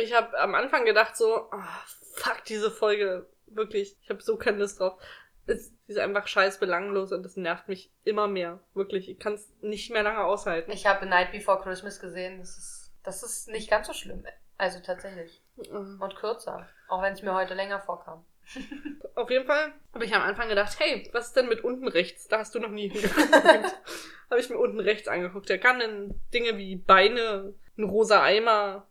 [SPEAKER 1] Ich habe am Anfang gedacht so, ah, fuck diese Folge. Wirklich, ich habe so keine Lust drauf. Es, sie ist einfach scheiß belanglos und das nervt mich immer mehr. Wirklich, ich kann es nicht mehr lange aushalten.
[SPEAKER 2] Ich habe Night Before Christmas gesehen. Das ist, das ist nicht ganz so schlimm. Also tatsächlich.
[SPEAKER 1] Äh,
[SPEAKER 2] Und kürzer. Auch wenn es mir heute länger vorkam.
[SPEAKER 1] Auf jeden Fall habe ich am Anfang gedacht, hey, was ist denn mit unten rechts? Da hast du noch nie hingeguckt. habe ich mir unten rechts angeguckt. Der kann in Dinge wie Beine, ein rosa Eimer,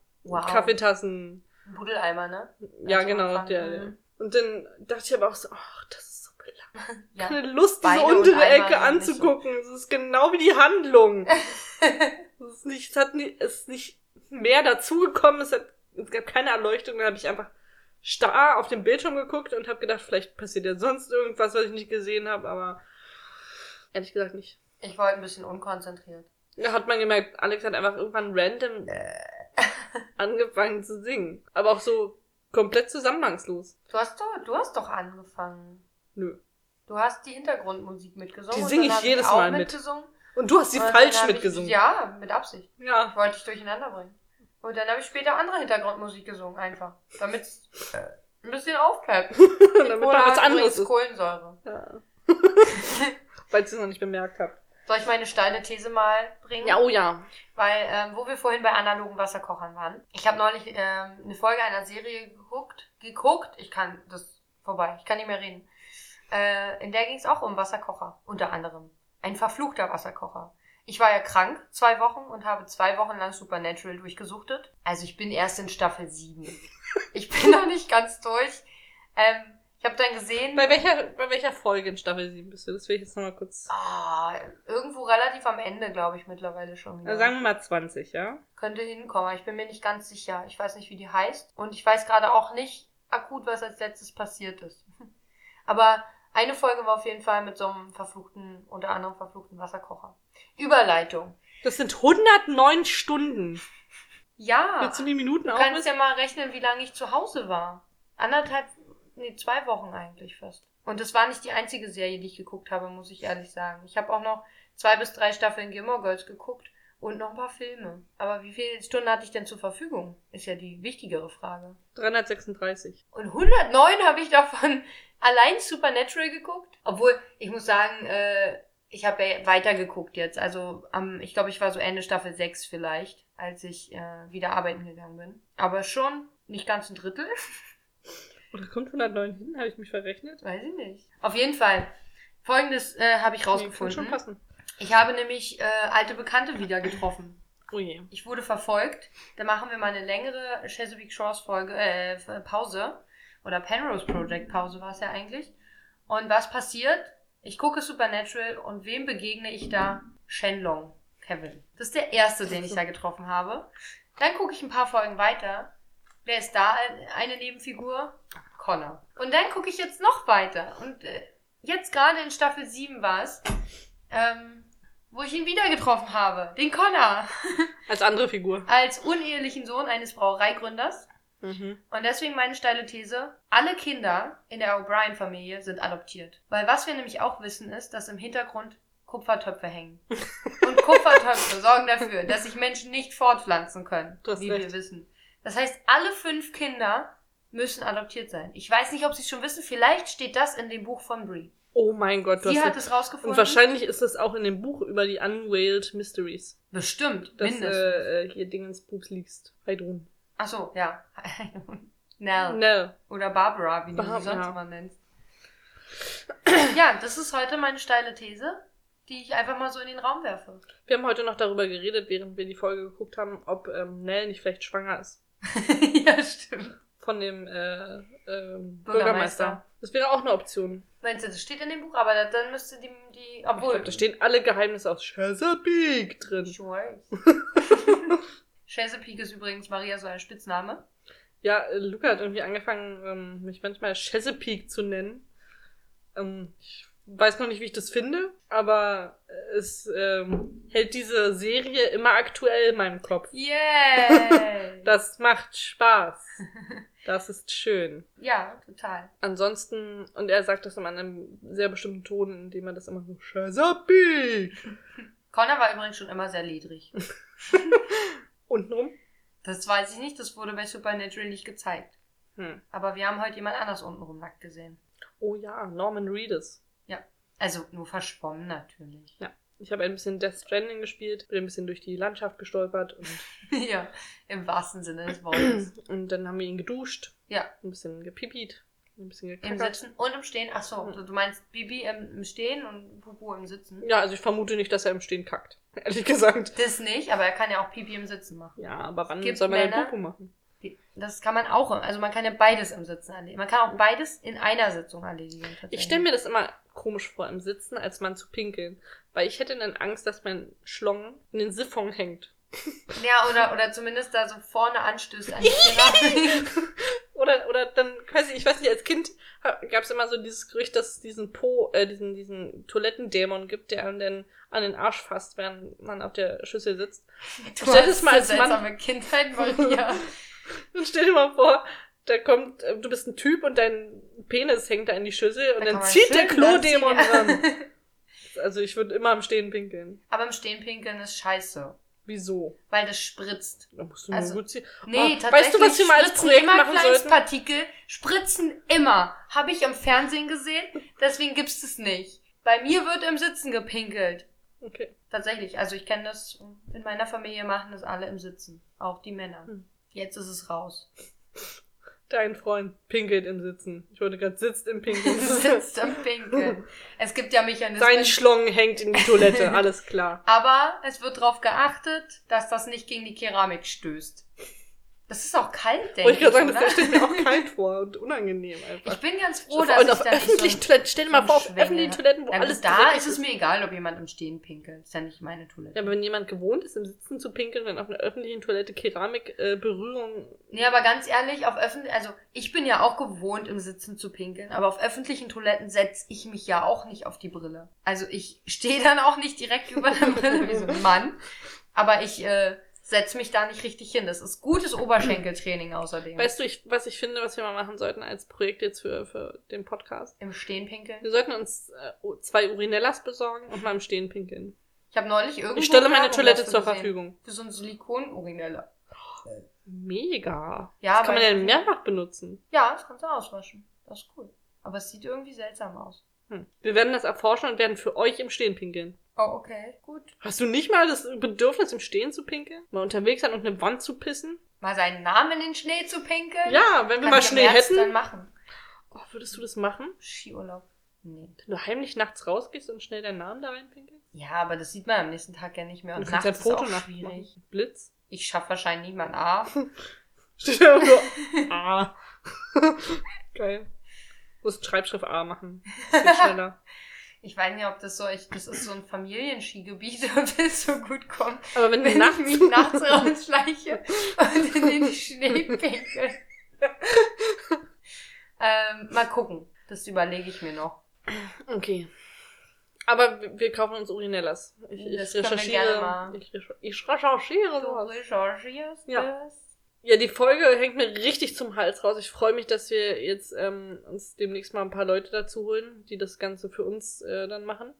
[SPEAKER 1] Kaffeetassen.
[SPEAKER 2] Budeleimer, ne?
[SPEAKER 1] Ja,
[SPEAKER 2] Also
[SPEAKER 1] genau,
[SPEAKER 2] Anfang,
[SPEAKER 1] der,
[SPEAKER 2] mhm.
[SPEAKER 1] der. Und dann dachte ich aber auch so, ach, das ist so belanglos.
[SPEAKER 2] Ja.
[SPEAKER 1] Keine Lust, diese
[SPEAKER 2] Beine und
[SPEAKER 1] untere
[SPEAKER 2] Eimer
[SPEAKER 1] Ecke
[SPEAKER 2] sind nicht so-
[SPEAKER 1] anzugucken. Das ist genau wie die Handlung. Es ist nicht, es hat nie, es ist nicht mehr dazugekommen, es, hat- es gab keine Erleuchtung, da habe ich einfach starr auf den Bildschirm geguckt und habe gedacht, vielleicht passiert ja sonst irgendwas, was ich nicht gesehen habe, aber ehrlich gesagt nicht.
[SPEAKER 2] Ich war heute ein bisschen unkonzentriert.
[SPEAKER 1] Da hat man gemerkt, Alex hat einfach irgendwann random angefangen zu singen. Aber auch so komplett zusammenhangslos.
[SPEAKER 2] Du hast doch, du hast doch angefangen.
[SPEAKER 1] Nö.
[SPEAKER 2] Du hast die Hintergrundmusik mitgesungen.
[SPEAKER 1] Die
[SPEAKER 2] und
[SPEAKER 1] sing
[SPEAKER 2] dann
[SPEAKER 1] ich
[SPEAKER 2] hab
[SPEAKER 1] jedes
[SPEAKER 2] auch
[SPEAKER 1] Mal mit.
[SPEAKER 2] mitgesungen.
[SPEAKER 1] Und du hast sie
[SPEAKER 2] Und dann
[SPEAKER 1] falsch
[SPEAKER 2] hab ich-
[SPEAKER 1] mitgesungen.
[SPEAKER 2] Ja, mit Absicht. Ich
[SPEAKER 1] ja.
[SPEAKER 2] wollte dich durcheinander bringen. Und dann habe ich später andere Hintergrundmusik gesungen, einfach. Damit es äh, ein bisschen aufbleibt.
[SPEAKER 1] Damit man was anderes ist.
[SPEAKER 2] Kohlensäure.
[SPEAKER 1] Ja. Weil ich es noch nicht bemerkt habe.
[SPEAKER 2] Soll ich meine steile These mal bringen?
[SPEAKER 1] Ja, oh ja.
[SPEAKER 2] Weil, ähm, wo wir vorhin bei analogen Wasserkochern waren, ich habe neulich ähm, eine Folge einer Serie geguckt, geguckt, ich kann, das ist vorbei, ich kann nicht mehr reden. Äh, in der ging es auch um Wasserkocher, unter anderem. Ein verfluchter Wasserkocher. Ich war ja krank, zwei Wochen, und habe zwei Wochen lang Supernatural durchgesuchtet. Also ich bin erst in Staffel 7. Ich bin noch nicht ganz durch. Ähm, ich habe dann gesehen...
[SPEAKER 1] Bei welcher, bei welcher Folge in Staffel 7 bist du? Das will ich jetzt nochmal kurz.
[SPEAKER 2] Ah, irgendwo relativ am Ende, glaube ich, mittlerweile schon. wieder.
[SPEAKER 1] Na, äh, Also sagen wir mal 20, ja?
[SPEAKER 2] Könnte hinkommen, aber ich bin mir nicht ganz sicher. Ich weiß nicht, wie die heißt. Und ich weiß gerade auch nicht akut, was als letztes passiert ist. Aber eine Folge war auf jeden Fall mit so einem verfluchten, unter anderem verfluchten Wasserkocher. Überleitung.
[SPEAKER 1] Das sind 109 Stunden.
[SPEAKER 2] Ja.
[SPEAKER 1] Willst du die Minuten
[SPEAKER 2] Ah. Du kannst
[SPEAKER 1] aufmessen?
[SPEAKER 2] ja mal rechnen, wie lange ich zu Hause war. Anderthalb, nee, zwei Wochen eigentlich fast. Und das war nicht die einzige Serie, die ich geguckt habe, muss ich ehrlich sagen. Ich habe auch noch zwei bis drei Staffeln Gilmore Girls geguckt und noch ein paar Filme. Aber wie viele Stunden hatte ich denn zur Verfügung? Ist ja die wichtigere Frage.
[SPEAKER 1] 336.
[SPEAKER 2] Und 109 habe ich davon allein Supernatural geguckt. Obwohl, ich muss sagen, äh, ich habe ja weitergeguckt jetzt. Also, am, ich glaube, ich war so Ende Staffel 6 vielleicht, als ich äh, wieder arbeiten gegangen bin. Aber schon nicht ganz ein Drittel.
[SPEAKER 1] Oder kommt 109 hin? Habe ich mich verrechnet?
[SPEAKER 2] Weiß ich nicht. Auf jeden Fall. Folgendes äh, habe ich
[SPEAKER 1] Nee, kann
[SPEAKER 2] rausgefunden.
[SPEAKER 1] schon passen.
[SPEAKER 2] ich habe nämlich äh, alte Bekannte wieder getroffen.
[SPEAKER 1] Oh je.
[SPEAKER 2] Ich wurde verfolgt. Da machen wir mal eine längere Chesapeake Shores Folge, äh, Pause. Oder Penrose Project Pause war es ja eigentlich. Und was passiert? Ich gucke Supernatural und wem begegne ich da? Shenlong, Kevin. Das ist der erste, den ich da getroffen habe. Dann gucke ich ein paar Folgen weiter. Wer ist da äh, eine Nebenfigur? Connor. Und dann gucke ich jetzt noch weiter. Und äh, jetzt gerade in Staffel 7 war es, ähm, wo ich ihn wieder getroffen habe. Den Connor
[SPEAKER 1] Als andere Figur.
[SPEAKER 2] als unehelichen Sohn eines Brauereigründers.
[SPEAKER 1] Mhm.
[SPEAKER 2] Und deswegen meine steile These, alle Kinder in der O'Brien-Familie sind adoptiert. Weil was wir nämlich auch wissen ist, dass im Hintergrund Kupfertöpfe hängen. Und Kupfertöpfe sorgen dafür, dass sich Menschen nicht fortpflanzen können,
[SPEAKER 1] Du hast
[SPEAKER 2] wie wir
[SPEAKER 1] recht.
[SPEAKER 2] wissen. Das heißt, alle fünf Kinder müssen adoptiert sein. Ich weiß nicht, ob sie es schon wissen. Vielleicht steht das in dem Buch von Brie.
[SPEAKER 1] Oh mein Gott, du
[SPEAKER 2] Sie
[SPEAKER 1] hast
[SPEAKER 2] hat
[SPEAKER 1] recht.
[SPEAKER 2] es rausgefunden.
[SPEAKER 1] Und wahrscheinlich ist das auch in dem Buch über die Unveiled Mysteries.
[SPEAKER 2] Bestimmt,
[SPEAKER 1] Dass
[SPEAKER 2] mindestens.
[SPEAKER 1] äh, äh, hier Dingens Pups liest. Heidrun. Ne.
[SPEAKER 2] Ach so, ja. Nell.
[SPEAKER 1] No.
[SPEAKER 2] Oder Barbara, wie du
[SPEAKER 1] Barbara.
[SPEAKER 2] sie sonst immer nennst. Ja, das ist heute meine steile These, die ich einfach mal so in den Raum werfe.
[SPEAKER 1] Wir haben heute noch darüber geredet, während wir die Folge geguckt haben, ob ähm, Nell nicht vielleicht schwanger ist.
[SPEAKER 2] ja, stimmt.
[SPEAKER 1] Von dem äh, ähm, Bürgermeister.
[SPEAKER 2] Bürgermeister.
[SPEAKER 1] Das wäre auch eine Option.
[SPEAKER 2] Meinst du, das steht in dem Buch, aber da- dann müsste die, die
[SPEAKER 1] Ich
[SPEAKER 2] obwohl.
[SPEAKER 1] glaub, da stehen alle Geheimnisse aus Chesapeake drin.
[SPEAKER 2] Ich weiß. Chesapeake ist übrigens Maria so ein Spitzname.
[SPEAKER 1] Ja, äh, Luca hat irgendwie angefangen, ähm, mich manchmal Chesapeake zu nennen. Ähm, ich weiß noch nicht, wie ich das finde, aber es ähm, hält diese Serie immer aktuell in meinem Kopf.
[SPEAKER 2] Yay!
[SPEAKER 1] Das macht Spaß. Das ist schön.
[SPEAKER 2] ja, total.
[SPEAKER 1] Ansonsten, und er sagt das immer in einem sehr bestimmten Ton, indem er das immer so Chesapeake
[SPEAKER 2] Connor war übrigens schon immer sehr ledrig.
[SPEAKER 1] untenrum.
[SPEAKER 2] Das weiß ich nicht, das wurde bei Supernatural nicht gezeigt.
[SPEAKER 1] Hm.
[SPEAKER 2] Aber wir haben heute jemand anders untenrum nackt gesehen.
[SPEAKER 1] Oh ja, Norman Reedus.
[SPEAKER 2] Also nur verschwommen natürlich.
[SPEAKER 1] Ich habe ein bisschen Death Stranding gespielt, bin ein bisschen durch die Landschaft gestolpert und,
[SPEAKER 2] ja, im wahrsten Sinne des Wortes.
[SPEAKER 1] und dann haben wir ihn geduscht,
[SPEAKER 2] ja,
[SPEAKER 1] ein bisschen gepipit, ein bisschen
[SPEAKER 2] im
[SPEAKER 1] gekackert.
[SPEAKER 2] Sitzen und im Stehen. Ach so, du du meinst Bibi im, im Stehen und Pupu im Sitzen?
[SPEAKER 1] Hm. Ja, also ich vermute nicht, dass er im Stehen kackt. Ehrlich gesagt.
[SPEAKER 2] Das nicht, aber er kann ja auch Pipi im Sitzen machen.
[SPEAKER 1] Ja, aber wann
[SPEAKER 2] Gibt
[SPEAKER 1] soll man
[SPEAKER 2] Männer-
[SPEAKER 1] den Popo machen?
[SPEAKER 2] Das kann man auch, also man kann ja beides im Sitzen erledigen. Man kann auch beides in einer Sitzung erledigen. tatsächlich.
[SPEAKER 1] Ich stelle mir das immer komisch vor, im Sitzen als Mann zu pinkeln. Weil ich hätte dann Angst, dass mein Schlong in den Siphon hängt.
[SPEAKER 2] Ja, oder, oder zumindest da so vorne anstößt an die Finger.
[SPEAKER 1] Oder, oder dann, weiß ich, ich weiß nicht, als Kind gab es immer so dieses Gerücht, dass es diesen Po, äh, diesen, diesen Toilettendämon gibt, der an den, an den Arsch fasst, während man auf der Schüssel sitzt.
[SPEAKER 2] Du
[SPEAKER 1] Stell das mal
[SPEAKER 2] hast
[SPEAKER 1] als Mann-
[SPEAKER 2] seltsame Kindheit, Maria.
[SPEAKER 1] Und stell dir mal vor, da kommt, äh, du bist ein Typ und dein Penis hängt da in die Schüssel und
[SPEAKER 2] Da kann
[SPEAKER 1] dann
[SPEAKER 2] man
[SPEAKER 1] zieht der
[SPEAKER 2] schön
[SPEAKER 1] Klodämon
[SPEAKER 2] anziehen.
[SPEAKER 1] ran. Also ich würde immer am Stehen pinkeln.
[SPEAKER 2] Aber im Stehen pinkeln ist scheiße.
[SPEAKER 1] Wieso?
[SPEAKER 2] Weil das spritzt.
[SPEAKER 1] Da musst du nur
[SPEAKER 2] Also,
[SPEAKER 1] gut ziehen.
[SPEAKER 2] Nee,
[SPEAKER 1] Ah,
[SPEAKER 2] tatsächlich.
[SPEAKER 1] weißt du, was wir mal als
[SPEAKER 2] spritzen
[SPEAKER 1] Projekt
[SPEAKER 2] immer
[SPEAKER 1] machen sollten?
[SPEAKER 2] Kleinstpartikel spritzen immer. Habe ich im Fernsehen gesehen, deswegen gibt's es nicht. Bei mir wird im Sitzen gepinkelt.
[SPEAKER 1] Okay.
[SPEAKER 2] Tatsächlich. Also ich kenne das, in meiner Familie machen das alle im Sitzen. Auch die Männer.
[SPEAKER 1] Hm.
[SPEAKER 2] Jetzt ist es raus.
[SPEAKER 1] Dein Freund pinkelt im Sitzen. Ich wollte gerade sitzt im Pinkeln.
[SPEAKER 2] Sitzt im Pinkeln. Es gibt ja Mechanismen.
[SPEAKER 1] Sein Schlong hängt in die Toilette, alles klar.
[SPEAKER 2] aber es wird darauf geachtet, dass das nicht gegen die Keramik stößt. Das ist auch kalt, denke
[SPEAKER 1] Wollte
[SPEAKER 2] ich.
[SPEAKER 1] ich gerade sagen, das
[SPEAKER 2] oder?
[SPEAKER 1] stelle ich mir auch kalt vor und unangenehm einfach.
[SPEAKER 2] Ich bin ganz froh, dass
[SPEAKER 1] Und
[SPEAKER 2] ich
[SPEAKER 1] auf
[SPEAKER 2] da nicht so
[SPEAKER 1] öffentlichen Toiletten, stell dir mal
[SPEAKER 2] so
[SPEAKER 1] vor, auf
[SPEAKER 2] Schwengel
[SPEAKER 1] öffentlichen
[SPEAKER 2] hab.
[SPEAKER 1] Toiletten, wo
[SPEAKER 2] Na gut,
[SPEAKER 1] alles
[SPEAKER 2] da
[SPEAKER 1] dreckig
[SPEAKER 2] ist es mir egal, ob jemand im Stehen pinkelt. Ist ja nicht meine Toilette.
[SPEAKER 1] Ja, aber wenn jemand gewohnt ist, im Sitzen zu pinkeln, wenn auf einer öffentlichen Toilette Keramikberührung. Äh, Berührung-
[SPEAKER 2] Nee, aber ganz ehrlich, auf öffentlich, also ich bin ja auch gewohnt, im Sitzen zu pinkeln, aber auf öffentlichen Toiletten setze ich mich ja auch nicht auf die Brille. Also ich stehe dann auch nicht direkt über der Brille wie so ein Mann, aber ich äh, setze mich da nicht richtig hin. Das ist gutes Oberschenkeltraining außerdem.
[SPEAKER 1] Weißt du, ich, was ich finde, was wir mal machen sollten als Projekt jetzt für, für den Podcast?
[SPEAKER 2] Im Stehen pinkeln.
[SPEAKER 1] Wir sollten uns äh, zwei Urinellas besorgen und mal im Stehen pinkeln.
[SPEAKER 2] Ich habe neulich irgendwo...
[SPEAKER 1] Ich stelle meine
[SPEAKER 2] Werbung
[SPEAKER 1] Toilette
[SPEAKER 2] dafür
[SPEAKER 1] zur
[SPEAKER 2] gesehen.
[SPEAKER 1] Verfügung.
[SPEAKER 2] Für so ein Silikonurinelle.
[SPEAKER 1] Mega.
[SPEAKER 2] Ja,
[SPEAKER 1] das kann man
[SPEAKER 2] weil-
[SPEAKER 1] ja mehrfach benutzen.
[SPEAKER 2] Ja, das kannst du auswaschen. Das ist cool. Aber es sieht irgendwie seltsam aus.
[SPEAKER 1] Hm. Wir werden das erforschen und werden für euch im Stehen pinkeln.
[SPEAKER 2] Oh, okay. Gut.
[SPEAKER 1] Hast du nicht mal das Bedürfnis, im Stehen zu pinkeln? Mal unterwegs sein und eine Wand zu pissen?
[SPEAKER 2] Mal seinen Namen in den Schnee zu pinkeln.
[SPEAKER 1] Ja, wenn wir
[SPEAKER 2] Kann
[SPEAKER 1] mal
[SPEAKER 2] ich im
[SPEAKER 1] Schnee
[SPEAKER 2] Herbst dann
[SPEAKER 1] hätten.
[SPEAKER 2] machen.
[SPEAKER 1] Oh, würdest du das machen?
[SPEAKER 2] Skiurlaub. Nee.
[SPEAKER 1] Wenn du heimlich nachts rausgehst und schnell deinen Namen da reinpinkelst?
[SPEAKER 2] Ja, aber das sieht man am nächsten Tag ja nicht mehr.
[SPEAKER 1] Du
[SPEAKER 2] Und
[SPEAKER 1] kannst
[SPEAKER 2] nachts
[SPEAKER 1] ein
[SPEAKER 2] ist
[SPEAKER 1] Foto
[SPEAKER 2] auch schwierig.
[SPEAKER 1] nachmachen. Blitz.
[SPEAKER 2] Ich schaffe wahrscheinlich nicht mal ein A.
[SPEAKER 1] Steht da so A. Ah. Geil. Du musst Schreibschrift A machen. Das geht schneller.
[SPEAKER 2] Ich weiß nicht, ob das so, ich, das ist so ein Familienskigebiet, ob das so gut kommt,
[SPEAKER 1] Aber wenn, du
[SPEAKER 2] wenn ich
[SPEAKER 1] nachts,
[SPEAKER 2] mich nachts rausschleiche und in den Schnee pinkel. ähm, mal gucken. Das überlege ich mir noch.
[SPEAKER 1] Okay. Aber wir- wir kaufen uns Urinellas. Ich,
[SPEAKER 2] Das
[SPEAKER 1] ich
[SPEAKER 2] können wir gerne
[SPEAKER 1] recherchiere.
[SPEAKER 2] machen.
[SPEAKER 1] Ich, recher- ich recherchiere
[SPEAKER 2] Du
[SPEAKER 1] sowas.
[SPEAKER 2] recherchierst
[SPEAKER 1] Also Ja.
[SPEAKER 2] das?
[SPEAKER 1] Ja, die Folge hängt mir richtig zum Hals raus. Ich freue mich, dass wir jetzt ähm, uns demnächst mal ein paar Leute dazu holen, die das Ganze für uns äh, dann machen.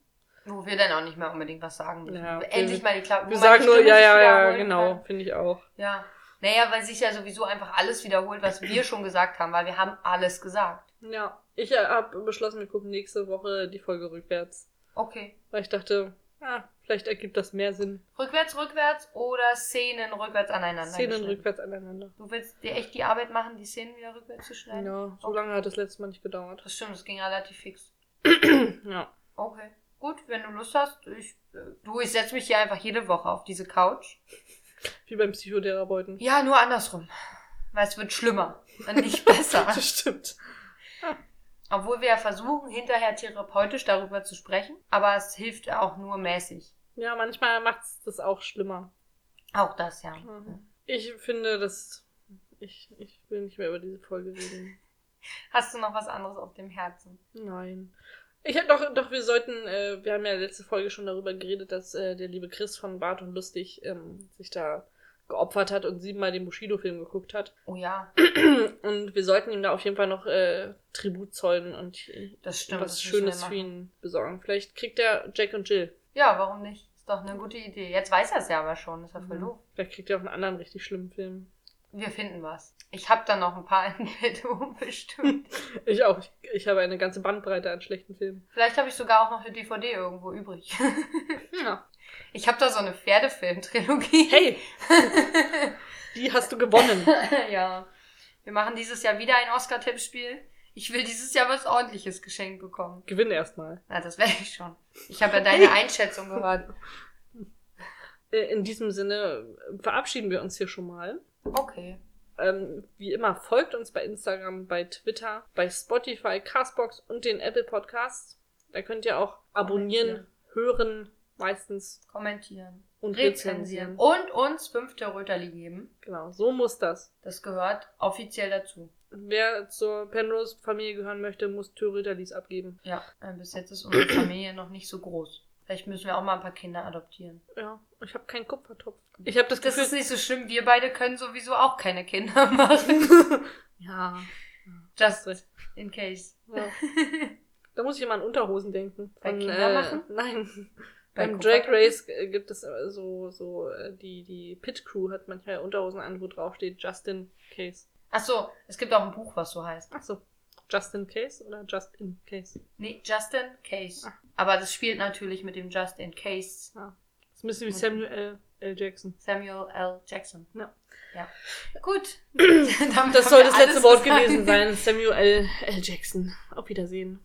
[SPEAKER 2] Wo wir dann auch nicht mehr unbedingt was sagen müssen.
[SPEAKER 1] Ja, wir-
[SPEAKER 2] Endlich mal die Klappe.
[SPEAKER 1] Wir
[SPEAKER 2] wo man
[SPEAKER 1] sagen
[SPEAKER 2] die
[SPEAKER 1] nur,
[SPEAKER 2] Stimme
[SPEAKER 1] ja,
[SPEAKER 2] sich
[SPEAKER 1] ja, ja,
[SPEAKER 2] wiederholen
[SPEAKER 1] genau,
[SPEAKER 2] Kann.
[SPEAKER 1] finde ich auch.
[SPEAKER 2] Ja. Naja, weil sich ja sowieso einfach alles wiederholt, was wir schon gesagt haben, weil wir haben alles gesagt.
[SPEAKER 1] Ja, ich habe beschlossen, wir gucken nächste Woche die Folge rückwärts.
[SPEAKER 2] Okay.
[SPEAKER 1] Weil ich dachte, ah, vielleicht ergibt das mehr Sinn.
[SPEAKER 2] Rückwärts, rückwärts oder Szenen rückwärts aneinander.
[SPEAKER 1] Szenen
[SPEAKER 2] geschnitten.
[SPEAKER 1] rückwärts aneinander.
[SPEAKER 2] Du willst dir echt die Arbeit machen, die Szenen wieder rückwärts zu schneiden?
[SPEAKER 1] Ja, so lange hat das letzte Mal nicht gedauert.
[SPEAKER 2] Das stimmt, das ging relativ fix.
[SPEAKER 1] Ja.
[SPEAKER 2] Okay. Gut, wenn du Lust hast, ich, äh, du, ich setze mich hier einfach jede Woche auf diese Couch.
[SPEAKER 1] Wie beim Psychotherapeuten.
[SPEAKER 2] Ja, nur andersrum. Weil es wird schlimmer und nicht besser.
[SPEAKER 1] Das stimmt.
[SPEAKER 2] Obwohl wir ja versuchen, hinterher therapeutisch darüber zu sprechen, aber es hilft auch nur mäßig.
[SPEAKER 1] Ja, manchmal macht's das auch schlimmer.
[SPEAKER 2] Auch das, ja.
[SPEAKER 1] Mhm. Ich finde, das. Ich, ich will nicht mehr über diese Folge reden.
[SPEAKER 2] Hast du noch was anderes auf dem Herzen?
[SPEAKER 1] Nein. Ich hätte doch, doch, wir sollten, äh, wir haben ja letzte Folge schon darüber geredet, dass äh, der liebe Chris von Bart und Lustig ähm, sich da geopfert hat und siebenmal den Bushido-Film geguckt hat.
[SPEAKER 2] Oh ja,
[SPEAKER 1] Und wir sollten ihm da auf jeden Fall noch äh, Tribut zollen und ihm
[SPEAKER 2] das stimmt.
[SPEAKER 1] was
[SPEAKER 2] das müssen wir
[SPEAKER 1] Schönes
[SPEAKER 2] machen.
[SPEAKER 1] für ihn besorgen. Vielleicht kriegt er Jack und Jill.
[SPEAKER 2] Ja, warum nicht? Ist doch eine gute Idee. Jetzt weiß er es ja aber schon. Ist ja
[SPEAKER 1] Mhm.
[SPEAKER 2] voll doof.
[SPEAKER 1] Vielleicht kriegt er auch einen anderen richtig schlimmen Film.
[SPEAKER 2] Wir finden was. Ich hab da noch ein paar in Petto bestimmt.
[SPEAKER 1] Ich auch. Ich, ich habe eine ganze Bandbreite an schlechten Filmen.
[SPEAKER 2] Vielleicht habe ich sogar auch noch eine DVD irgendwo übrig.
[SPEAKER 1] Ja.
[SPEAKER 2] Ich habe da so eine Pferdefilm-Trilogie.
[SPEAKER 1] Hey, die hast du gewonnen.
[SPEAKER 2] ja. Wir machen dieses Jahr wieder ein Oscar-Tippspiel. Ich will dieses Jahr was ordentliches geschenkt bekommen.
[SPEAKER 1] Gewinn erstmal.
[SPEAKER 2] Na, das werde ich schon. Ich habe ja deine Einschätzung gehört.
[SPEAKER 1] Äh, In diesem Sinne äh, verabschieden wir uns hier schon mal.
[SPEAKER 2] Okay.
[SPEAKER 1] Ähm, wie immer, folgt uns bei Instagram, bei Twitter, bei Spotify, Castbox und den Apple Podcasts. Da könnt ihr auch abonnieren, hören, meistens
[SPEAKER 2] Kommentieren.
[SPEAKER 1] und rezensieren.
[SPEAKER 2] Rezensieren. Und uns fünfte Röterli geben.
[SPEAKER 1] Genau, so muss das.
[SPEAKER 2] Das gehört offiziell dazu.
[SPEAKER 1] Wer zur Penrose-Familie gehören möchte, muss Tyritalis abgeben.
[SPEAKER 2] Ja, äh, bis jetzt ist unsere Familie noch nicht so groß. Vielleicht müssen wir auch mal ein paar Kinder adoptieren.
[SPEAKER 1] Ja, ich habe keinen Kupfertopf. Ich habe das
[SPEAKER 2] Das ist
[SPEAKER 1] Gefühl...
[SPEAKER 2] nicht so schlimm. Wir beide können sowieso auch keine Kinder machen.
[SPEAKER 1] ja.
[SPEAKER 2] Just
[SPEAKER 1] recht.
[SPEAKER 2] in case.
[SPEAKER 1] ja. Da muss ich immer an Unterhosen denken.
[SPEAKER 2] Bei
[SPEAKER 1] Von, äh,
[SPEAKER 2] Kinder machen?
[SPEAKER 1] Nein.
[SPEAKER 2] Bei
[SPEAKER 1] Beim
[SPEAKER 2] Kupfertopf?
[SPEAKER 1] Drag Race äh, gibt es äh, so, so äh, die, die Pit Crew hat manchmal Unterhosen an, wo drauf steht Just in Case.
[SPEAKER 2] Ach so, es gibt auch ein Buch, was so heißt.
[SPEAKER 1] Ach so. Just in Case oder Just in Case?
[SPEAKER 2] Nee, Justin Case. Aber das spielt natürlich mit dem Just in Case
[SPEAKER 1] Das ist ein bisschen wie Samuel L. Jackson.
[SPEAKER 2] Samuel L. Jackson.
[SPEAKER 1] Ja.
[SPEAKER 2] ja. Gut.
[SPEAKER 1] Das soll das letzte Wort gewesen sein. Samuel L. Jackson. Auf Wiedersehen.